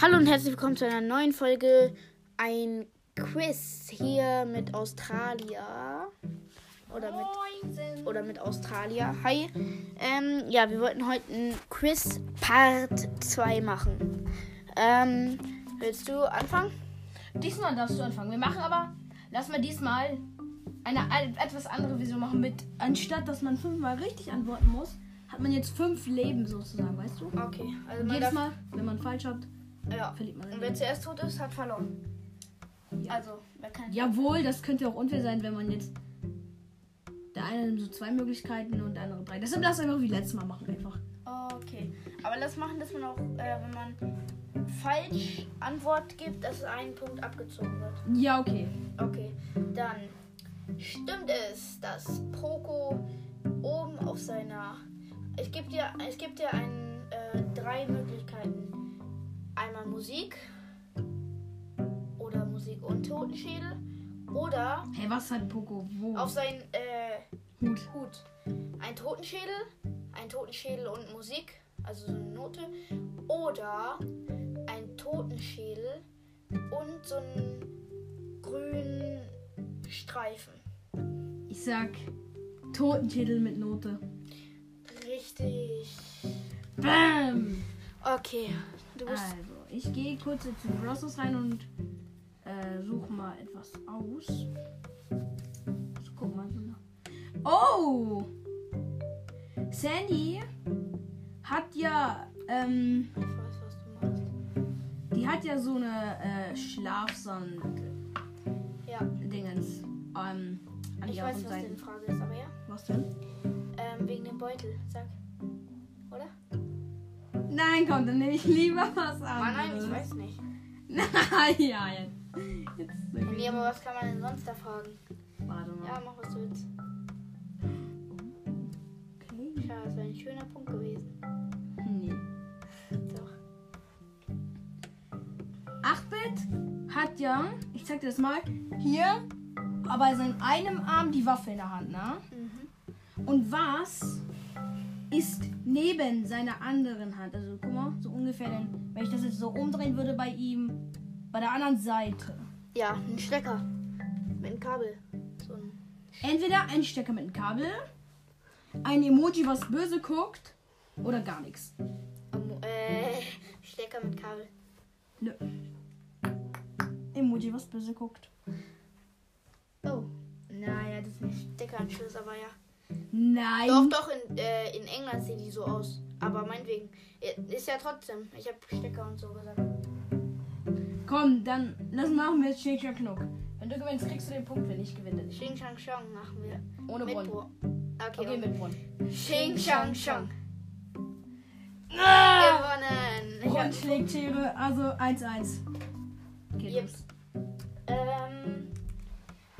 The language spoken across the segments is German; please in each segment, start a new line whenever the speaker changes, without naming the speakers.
Hallo und herzlich willkommen zu einer neuen Folge. Ein Quiz hier mit Australia. Oder mit, oder mit Australia. Hi. Ähm, ja, wir wollten heute ein Quiz Part 2 machen. Ähm, willst du anfangen?
Diesmal darfst du anfangen. Wir machen aber, lass mal diesmal eine al- etwas andere Version machen mit, anstatt dass man fünfmal richtig antworten muss, hat man jetzt fünf Leben sozusagen, weißt du?
Okay. Also
Und jedes Mal, wenn man falsch hat,
ja.
verliert man. ein
wer
Leben.
zuerst tot ist, hat verloren.
Ja.
Also, wer kann.
Jawohl, das könnte auch unfair sein, wenn man jetzt der eine nimmt so zwei Möglichkeiten und der andere drei. Deshalb lass einfach wie letztes Mal machen einfach.
Okay, aber lass machen, dass man auch, äh, wenn man falsch Antwort gibt, dass ein Punkt abgezogen wird.
Ja, okay.
Okay, dann stimmt es, dass Poco oben auf seiner. Es gibt ja, es gibt ja ein, äh, drei Möglichkeiten. Einmal Musik oder Musik und Totenschädel oder
Hey, was hat Poco? Wo?
auf sein äh,
Hut.
Gut. Ein Totenschädel, ein Totenschädel und Musik, also so eine Note. Oder ein Totenschädel und so einen grünen Streifen.
Ich sag Totenschädel mit Note.
Richtig.
Bam!
Okay, du bist.
Also, ich gehe kurz jetzt in Browsers rein und äh, suche mal etwas aus. So, guck mal. so nach- Oh! Sandy hat ja, ähm,
Ich weiß, was du meinst.
die hat ja so eine äh, Schlafsand-Dingens.
Ja,
Ähm, an
ich
ihrer
weiß, was die
Seite.
Frage ist, aber ja.
Was denn?
Ähm, wegen dem Beutel, sag. Oder?
Nein, komm, dann nehme ich lieber was anderes.
Ah, nein, ich weiß nicht.
Nein, ja, jetzt. jetzt
Nee, aber was kann man denn sonst da fragen?
Warte mal.
Ja, mach was du willst.
Okay. Hm,
Ja, das wäre ein schöner Punkt gewesen.
Nee.
Doch.
8-Bit hat ja, ich zeig dir das mal, hier, aber in einem Arm die Waffe in der Hand, ne?
Mhm.
Und was ist neben seiner anderen Hand? Also guck mal, so ungefähr, denn, wenn ich das jetzt so umdrehen würde bei ihm, bei der anderen Seite.
Ja, ein Stecker. Mit einem Kabel. So ein
Entweder ein Stecker mit einem Kabel, ein Emoji, was böse guckt, oder gar nichts.
Am- äh, Stecker mit Kabel.
Nö. Emoji, was böse guckt.
Oh. Naja, das ist ein Steckeranschluss, aber ja.
Nein.
Doch, doch, in, äh, in England sehen die so aus. Aber meinetwegen. Ja, Ist ja trotzdem. Ich habe Stecker und so gesagt.
Komm, dann lass machen wir jetzt Shake Shack Knock. Wenn du gewinnst, kriegst du den Punkt, wenn ich gewinne. Ich
Xing Shang Shang machen wir.
ohne
Mit
Brunnen.
Bro. Okay,
Okay,
okay
mit Brunnen.
Xing Shang Shang.
Ah!
Gewonnen. Ich
Brunnen
hab,
schlägt Schere, also 1-1. Okay,
Yep.
los.
ähm,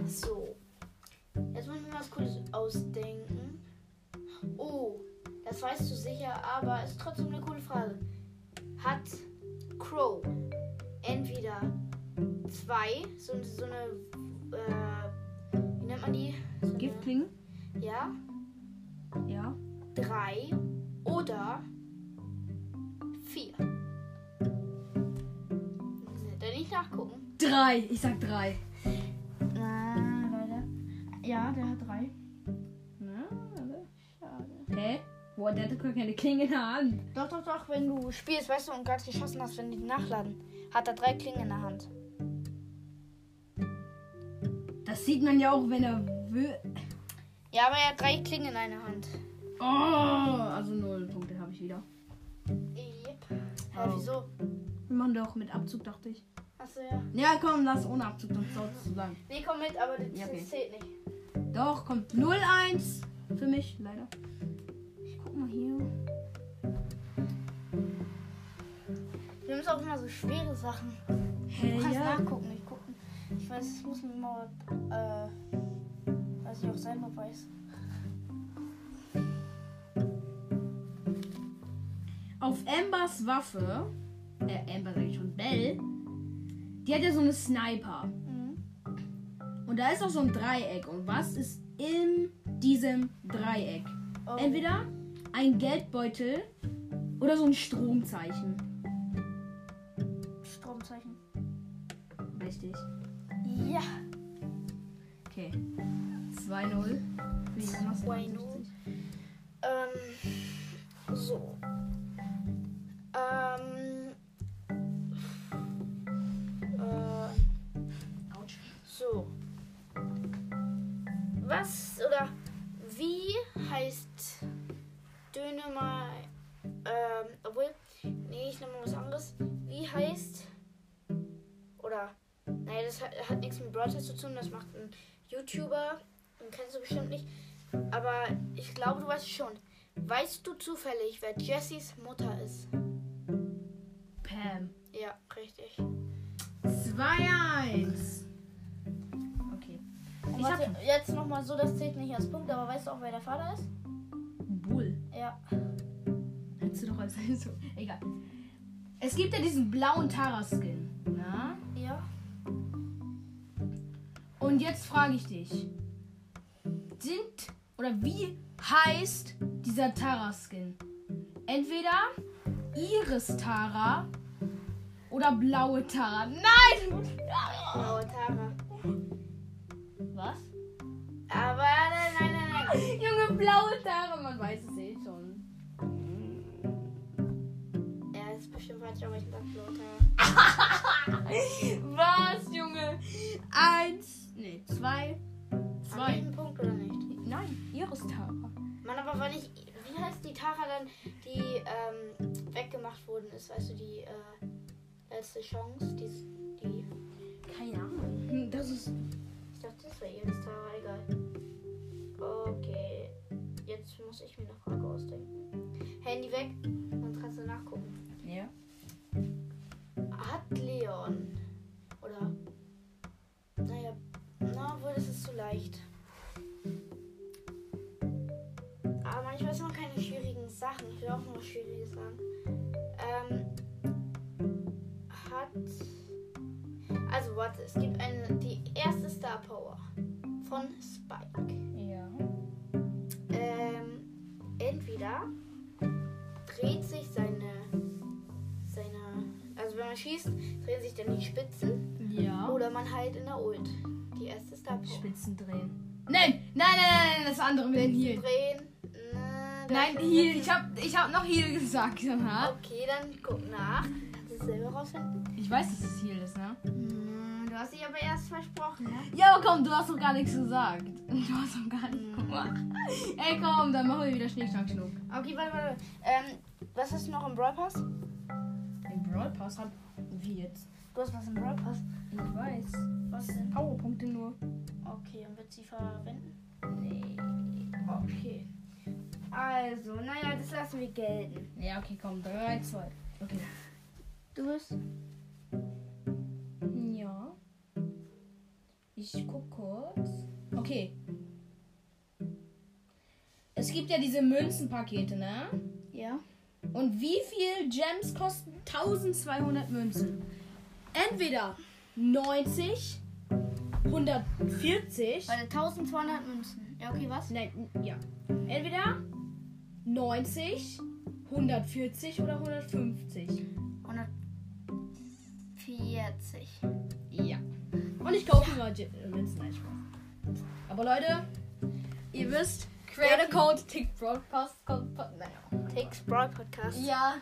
so. Jetzt muss ich mir was Cooles ausdenken. Oh, das weißt du sicher, aber ist trotzdem eine coole Frage. Hat Crow entweder zwei, so, so eine, äh, wie nennt man die? So eine-
Giftklingen?
Ja,
Ja.
drei oder vier. Dann nicht nachgucken.
Drei, ich sag drei.
Ah, leider. Ja, der hat drei.
Na, aber schade. Hä? Boah, der hat doch gar keine Klinge in der Hand.
Doch, doch, doch, wenn du spielst, weißt du, und gerade geschossen hast, wenn die nachladen, hat er drei Klingen in der Hand.
Das sieht man ja auch, wenn er will.
Ja, aber er hat drei Klingen in einer Hand.
Oh, also null Punkte habe ich wieder.
Yep. Hä,
Oh.
wieso?
Wir machen doch mit Abzug, dachte ich.
Achso, ja.
Ja, komm, lass ohne Abzug, sonst dauert es zu lang.
Nee, komm mit, aber das,
Ja, okay.
das zählt nicht.
Doch, kommt 0-1 für mich, leider. Ich guck mal hier.
Wir müssen auch immer so schwere Sachen.
Hä,
Du kannst
Äh, ja.
nachgucken, ich gucke. Ich weiß, es muss mir mal. Äh. Weiß ich auch selber weiß.
Auf Ambers Waffe, äh, Amber sag ich schon, Bell, die hat ja so eine Sniper.
Mhm.
Und da ist auch so ein Dreieck. Und was ist in diesem Dreieck?
Oh.
Entweder ein Geldbeutel oder so ein Stromzeichen. Umzeichen. Richtig.
Ja.
Okay. 2-0. Nee, anders.
2-0. Ähm, so. Ähm. Äh,
Autsch.
so. Was oder wie heißt Dönemar? Ähm, obwohl, nee, ich nehme mal was anderes. Wie heißt oder nee, das hat, hat nichts mit Broadcast zu tun. Das macht ein YouTuber, den kennst du bestimmt nicht. Aber ich glaube, du weißt es schon. Weißt du zufällig, wer Jessys Mutter ist?
Pam.
Ja, richtig.
2-1. Okay.
Ich
Ich hab
warte, jetzt nochmal so, das zählt nicht als Punkt, aber weißt du auch, wer der Vater ist?
Bull.
Ja.
Hättest du doch als so. Egal. Es gibt ja diesen blauen Tara-Skin. ne? Na?
Ja.
Und jetzt frage ich dich. Sind oder wie heißt dieser Tara-Skin? Entweder Iris Tara oder blaue Tara. Nein!
Blaue Tara.
Was?
Aber nein, nein, nein, nein.
Junge, blaue Tara, man weiß es eh schon.
Er ist bestimmt falsch, aber ich sag blaue Tara.
Was, Junge? Eins, nee, zwei,
Haben wir
zwei.
einen Punkt oder nicht?
Nein, Iris Tara.
Mann, aber weil ich. Wie heißt die Tara dann, die ähm, weggemacht worden ist? Weißt du, die äh, letzte Chance? Die, die.
Keine Ahnung. Hm, Das ist.
Ich dachte, das wäre Iris Tara, egal. Okay. Jetzt muss ich mir eine Frage ausdenken. Handy weg, sonst kannst du nachgucken.
Ja.
hat Leon. Oder. Naja, na, wohl ist es zu leicht. Aber manchmal sind noch keine schwierigen Sachen. Ich will auch nur schwierige Sachen. Ähm, hat. Also, warte, es gibt eine. Die erste Star Power von Spike.
Ja.
Ähm, entweder dreht sich seine. seine. Also, wenn man schießt, drehen sich dann die Spitzen.
Ja.
Oder man halt in der Ult. Die erste Star Power.
Oh, Spitzen drehen. Nein, nein, nein, nein, das andere mit den Heal.
Drehen. Na, da
Nein,
ist schon
Heal.
was.
Ich hab, ich hab noch Heal gesagt. Aha.
Okay, dann guck nach. Kannst du es selber rausfinden?
Ich weiß, dass es Heal ist, ne?
Hm, du hast dich aber erst versprochen, ne?
Ja, aber komm, du hast doch gar nichts gesagt. Du hast doch gar nichts gemacht. Ey, komm, dann machen wir wieder Schneeschlag, Schnuck.
Okay, warte, warte. Ähm, was hast du noch im Brawl Pass?
Den Brawl Pass hat. Wie jetzt?
Du hast was im Brawl Pass.
Ich weiß.
Was denn?
Powerpunkte nur.
Okay, und wird sie verwenden?
Nee.
Okay. Also, naja, das lassen wir gelten.
Ja, okay, komm, 3, 2. Okay.
Du bist?
Ja. Ich guck kurz. Okay. Es gibt ja diese Münzenpakete, ne?
Ja.
Und wie viel Gems kosten 1200 Münzen? Entweder 90, 140.
Warte, 1200 Münzen. Ja, okay, was?
Nein, ja. Entweder 90, 140 oder 150.
140.
Ja. Und ich kaufe immer Ge- äh, Münzen. Nein, Spaß. Aber Leute, ihr wisst, Creator Code Tick Broadcast Code. Naja.
Takes Brawl Podcast.
Ja.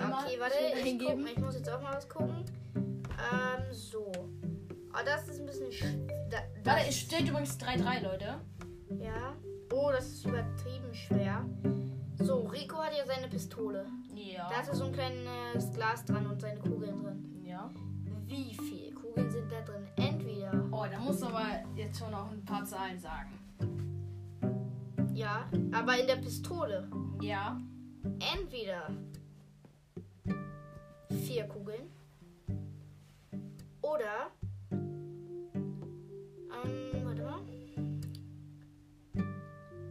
immer
Okay, warte,
schön
ich, guck,
eingeben.
mal, ich muss jetzt auch mal was gucken. Ähm, so. Oh, das ist ein bisschen. sch- Da, das,
Warte, es steht übrigens 3-3, Leute.
Ja. Oh, das ist übertrieben schwer. So, Rico hat ja seine Pistole.
Ja.
Da ist ja so ein kleines Glas dran und seine Kugeln drin.
ja.
Wie viele Kugeln sind da drin? Entweder.
Oh, da muss aber jetzt schon noch ein paar Zahlen sagen.
Ja, aber in der Pistole.
Ja.
Entweder. Vier Kugeln. Oder. Ähm, warte mal.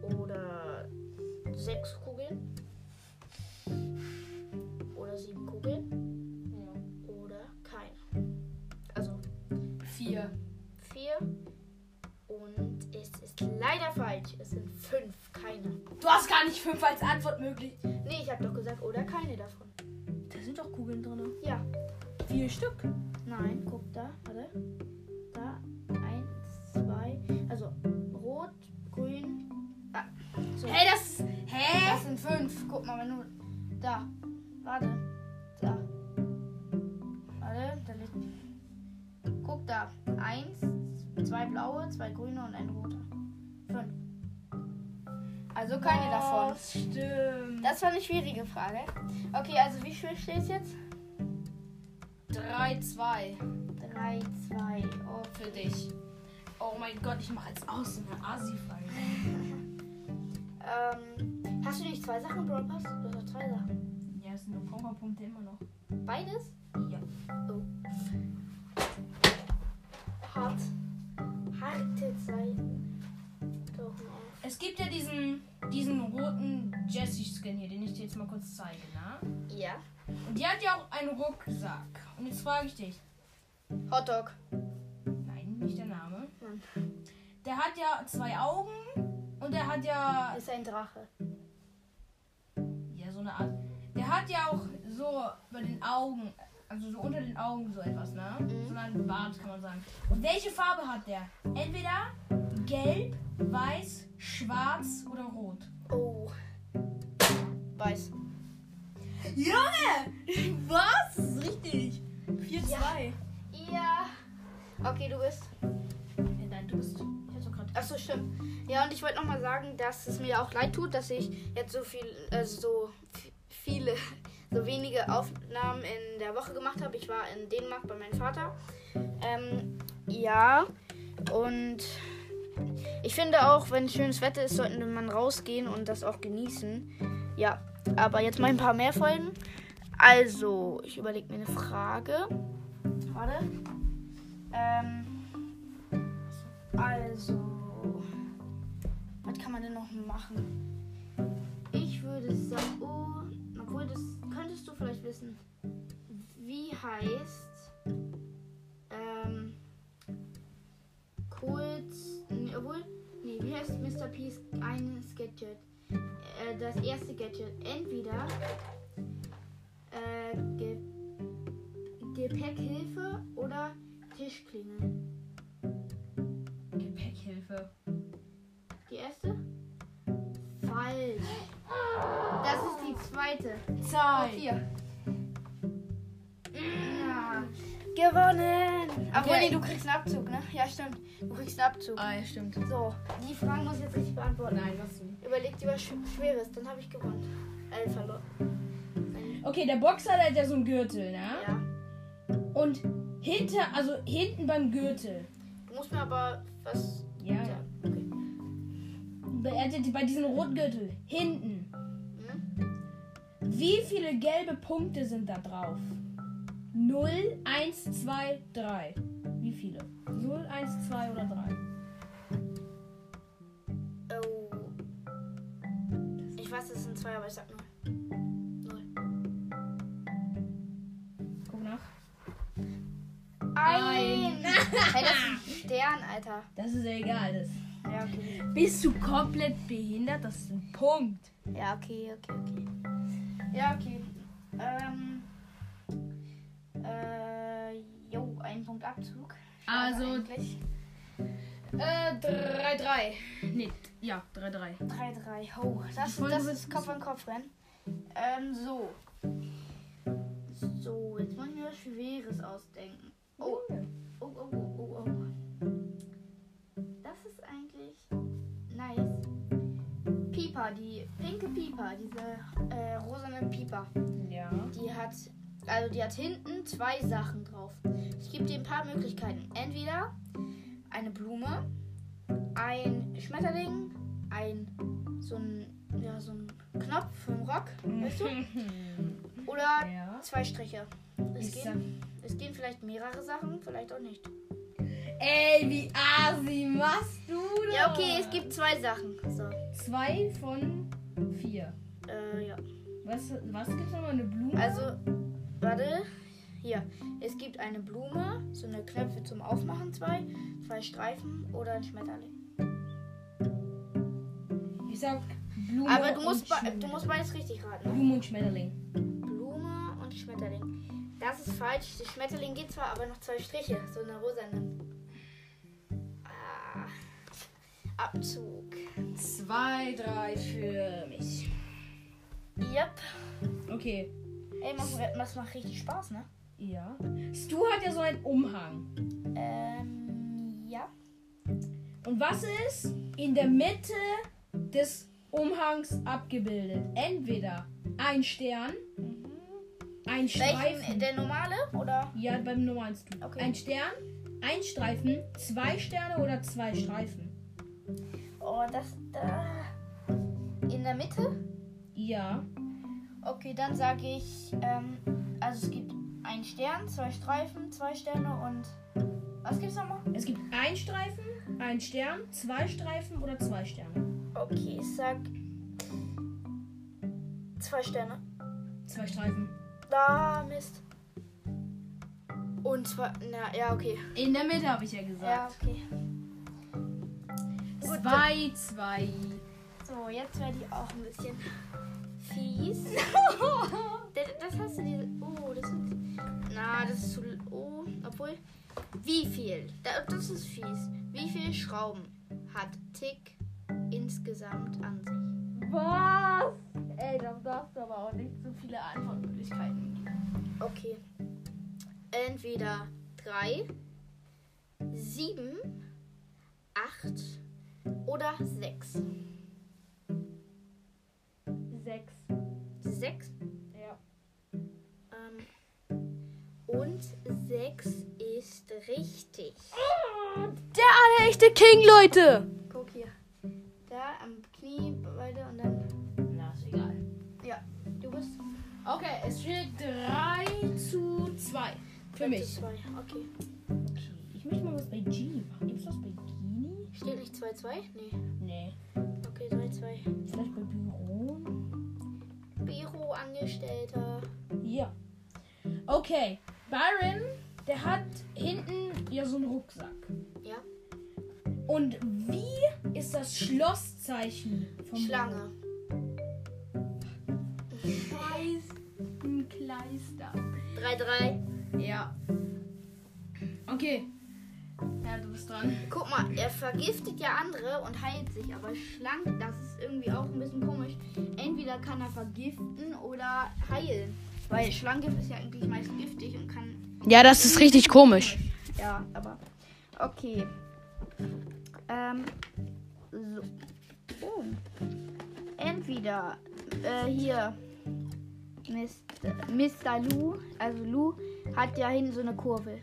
Oder sechs Kugeln. Oder sieben Kugeln. Oder keine. Also
Vier.
vier. Und es ist leider falsch. Es sind fünf. Keine.
Du hast gar nicht fünf als Antwort möglich.
Nee, ich habe doch gesagt, oder keine davon.
Da sind doch Kugeln drin.
Ja.
Vier Stück.
Nein, guck da, warte. Da, eins, zwei. Also rot, grün. Ah, so.
Hey, das ist. Hä?
Das sind fünf. Guck mal, wenn du. Da. Warte. Da. Warte, da liegt. Guck da. Eins, zwei blaue, zwei grüne und ein roter. Fünf. Also keine davon.
Das Oh, stimmt.
Das war eine schwierige Frage. Okay, also wie schwer steht es jetzt?
3, 2
Drei, zwei. Oh,
für dich. Oh mein Gott, ich mache jetzt auch so eine Asi-Frage.
ähm, hast du nicht zwei Sachen im Brawl Pass? Du hast doch zwei Sachen.
Ja, es sind nur Powerpunkte immer noch.
Beides?
Ja.
Hart. Harte Zeiten. Doch mal.
Es gibt ja diesen, diesen roten Jessie-Skin hier, den ich dir jetzt mal kurz zeige, ne?
Ja.
Und die hat ja auch einen Rucksack. Und jetzt frage ich dich.
Hotdog.
Nein, nicht der Name.
Mann.
Der hat ja zwei Augen und der hat ja.
Ist ein Drache.
Ja, so eine Art. Der hat ja auch so über den Augen, also so unter den Augen so etwas, ne? So einen Bart, kann man sagen. Und welche Farbe hat der? Entweder gelb, weiß, schwarz oder rot.
Oh. Weiß.
Junge! Was? Das ist richtig. 4-2.
Ja. Okay, du bist.
Nein, du bist. Ich hab doch gerade.
Achso, stimmt. Ja, und ich wollte nochmal sagen, dass es mir auch leid tut, dass ich jetzt so viel, also so f- viele, so wenige Aufnahmen in der Woche gemacht habe. Ich war in Dänemark bei meinem Vater. Ähm, ja. Und ich finde auch, wenn schönes Wetter ist, sollte man rausgehen und das auch genießen. Ja. Aber jetzt mal ein paar mehr Folgen. Also, ich überlege mir eine Frage. Warte. Ähm. Also, was kann man denn noch machen? Ich würde sagen, oh, obwohl das könntest du vielleicht wissen. Wie heißt ähm, kurz, nee, obwohl, nee, wie heißt Mr. P's eines Gadget? Äh, das erste Gadget. Entweder äh, Ge Gepäckhilfe oder Tischklingel.
Gepäckhilfe.
Die erste? Falsch. Das ist die zweite.
Zeit.
Vier. Ja. Gewonnen! Obwohl,
Okay.
nee, du kriegst einen Abzug, ne? Ja, stimmt. Du kriegst einen Abzug.
Ah, ja, stimmt.
So, die Fragen muss ich jetzt richtig beantworten.
Oh Nein, was du.
Überleg dir was Sch- Schweres, dann habe ich gewonnen. Äh, verloren.
Okay, der Boxer der hat ja so einen Gürtel, ne?
Ja.
Und hinter, also hinten beim Gürtel.
Du musst mir aber was.
Ja.
Ja, okay.
Er hat ja die- bei diesem roten Gürtel. Hinten.
Hm?
Wie viele gelbe Punkte sind da drauf? 0, 1, 2, 3. Wie viele? 0, 1, 2 oder 3?
Oh. Ich weiß, es sind zwei, aber ich sag nur. Null.
Guck nach.
Ein! hey, das ist ein Stern, Alter.
Das ist ja egal. Das
Ja, okay.
Bist du komplett behindert? Das ist ein Punkt.
Ja, okay, okay, okay. Ja, okay. Ähm. Äh. Jo, ein Punkt Abzug. Schade
Also-
eigentlich.
Äh, 3, 3. Nee, ja, 3, 3.
3-3. Ho, das,
Wollen
das
wir-
ist Kopf an Kopf rennen. Ähm, so. So, jetzt wollen wir was Schweres ausdenken. Oh, oh, oh, oh, oh, oh. Das ist eigentlich nice. Pieper, die pinke Pieper, diese äh, rosane Pieper.
Ja.
Die hat, also die hat hinten zwei Sachen drauf. Ich gebe dir ein paar Möglichkeiten. Entweder eine Blume, ein Schmetterling, ein so ein, ja, so ein Knopf vom Rock,
Mhm.
weißt du? Oder
Ja.
zwei Striche. Es
Ich
gehen, es gehen vielleicht mehrere Sachen, vielleicht auch nicht.
Ey, wie asi machst du das?
Ja, okay, es gibt zwei Sachen. So,
2 von 4.
äh, ja.
Was, was gibt's nochmal? Eine Blume?
Also, warte. Hier, es gibt eine Blume, so eine Knöpfe zum Aufmachen, zwei, zwei Streifen oder ein Schmetterling.
Ich sag Blume
Aber du musst,
und
be-
Schmetterling.
du musst beides richtig raten.
Blume und Schmetterling.
Blume und Schmetterling. Das ist falsch. Der Schmetterling geht zwar, aber noch zwei Striche. So eine rosanen. Ah. Abzug.
Zwei, drei für mich.
Yep.
Okay.
Ey, macht, das macht richtig Spaß, ne?
Ja. Stu hat ja so einen Umhang.
Ähm, ja.
Und was ist in der Mitte des Umhangs abgebildet? Entweder ein Stern, ein
Mhm. Welchen?
Streifen.
Der normale? Oder?
Ja, beim normalen Stu.
Okay.
Ein Stern, ein Streifen, zwei Sterne oder zwei Streifen?
Oh, das da. In der Mitte?
Ja.
Okay, dann sage ich, ähm, also es gibt einen Stern, zwei Streifen, zwei Sterne und. Was gibt's nochmal?
Es gibt ein Streifen, ein Stern, zwei Streifen oder zwei Sterne.
Okay, ich sag. Zwei Sterne.
Zwei Streifen.
Da, Mist. Und zwar. Na, ja, okay.
In der Mitte habe ich ja
Ja,
gesagt.
okay. Gut,
Zwei, zwei.
So, jetzt werde ich auch ein bisschen fies. das, das hast du dir. Oh, das ist. Na, das ist zu. Oh, obwohl. Wie viel? Da- Das ist fies. Wie viele Schrauben hat Tick insgesamt an sich?
Was? Ey, da darfst du aber auch nicht so viele Antwortmöglichkeiten geben.
Okay. Entweder 3, 7, 8 oder 6.
Sechs.
6?
Ja.
Ähm, und 6 ist richtig.
Der echte King, Leute!
Guck hier. Da am Knie beide und dann.
Na, ist egal.
Ja, du bist.
Okay, es steht 3 zu 2. Für mich.
Zwei. Okay.
Ich möchte mal was bei Genie machen. Gibt's was bei Genie?
Steht nicht 2-2? Nee.
Nee.
Okay, 3-2.
Vielleicht bei Büro?
Büroangestellter.
Ja. Okay, Byron, der hat hinten ja so einen Rucksack.
Ja.
Und wie ist das Schlosszeichen vom
Schlange.
Eisenkleister?
3-3.
Ja. Okay. Ja, du bist dran.
Guck mal, er vergiftet ja andere und heilt sich, aber schlank, das ist irgendwie auch ein bisschen komisch. Entweder kann er vergiften oder heilen. Weil Schlangengift ist ja eigentlich meist giftig und kann
Ja, das ist richtig komisch.
Ja, aber. Okay. Ähm. So. Oh. Entweder äh, hier Mr. Mr. Lou, also Lou hat ja hinten so eine Kurve.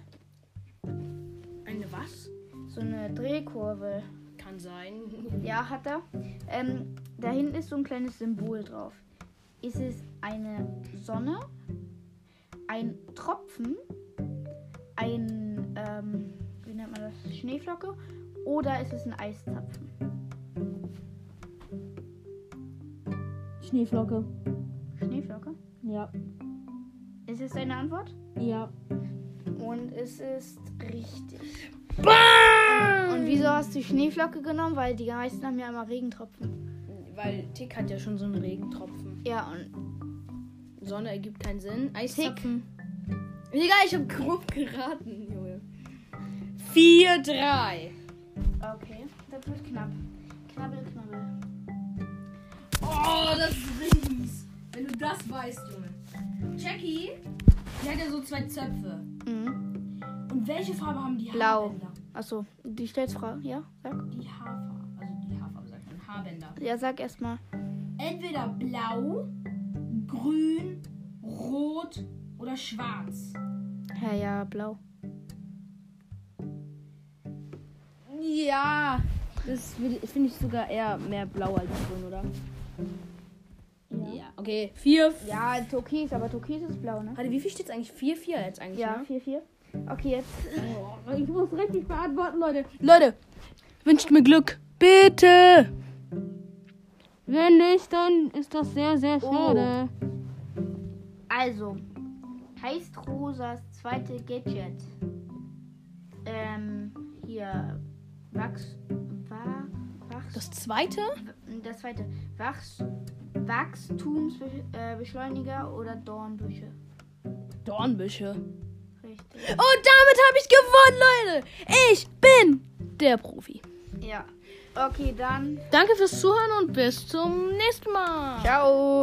Eine was?
So eine Drehkurve.
Kann sein.
Ja, hat er. Ähm, da hinten ist so ein kleines Symbol drauf. Ist es eine Sonne, ein Tropfen, ein, ähm, wie nennt man das, Schneeflocke oder ist es ein Eiszapfen?
Schneeflocke.
Schneeflocke?
Ja.
Ist es deine Antwort?
Ja.
Und es ist richtig.
Bam!
Und wieso hast du Schneeflocke genommen? Weil die meisten haben ja immer Regentropfen.
Weil Tick hat ja schon so einen Regentropfen.
Ja, und
Sonne ergibt keinen Sinn.
Tick.
Eiszapfen. Digga, ich hab grob geraten, Junge. 4-3.
Okay, das wird knapp. Knabbel, knabbel.
Oh, das ist mies. Wenn du das weißt, Junge. Jackie, die hat ja so zwei Zöpfe.
Mhm.
Und welche Farbe haben die
Blau.
Haarbänder?
Achso, die Stellsfrage, ja? Sag.
Die Haarfarbe. Also die Haarfarbe sagt man Haarbänder.
Ja, sag erstmal.
Entweder blau, grün, rot oder schwarz.
Ja, ja, blau.
Ja, das finde ich sogar eher mehr blau als grün, oder? Ja, okay. 4.
Ja, Türkis, aber Türkis ist blau, ne?
Warte, wie viel steht es eigentlich? 4, 4 jetzt eigentlich,
Ja,
ne?
4-4. Okay, jetzt.
Oh, ich muss richtig beantworten, Leute. Leute, wünscht mir Glück. Bitte. Wenn nicht, dann ist das sehr, sehr schade.
Also, heißt Rosas zweite Gadget. Ähm, hier. Wachs. Wa, Wachs. äh,
Das zweite?
das zweite. Wachs. Wachstumsbeschleuniger oder Dornbüsche?
Dornbüsche.
Richtig.
Und Oh, damit habe ich gewonnen, Leute. Ich bin der Profi.
Ja. Okay, dann.
Danke fürs Zuhören und bis zum nächsten Mal.
Ciao.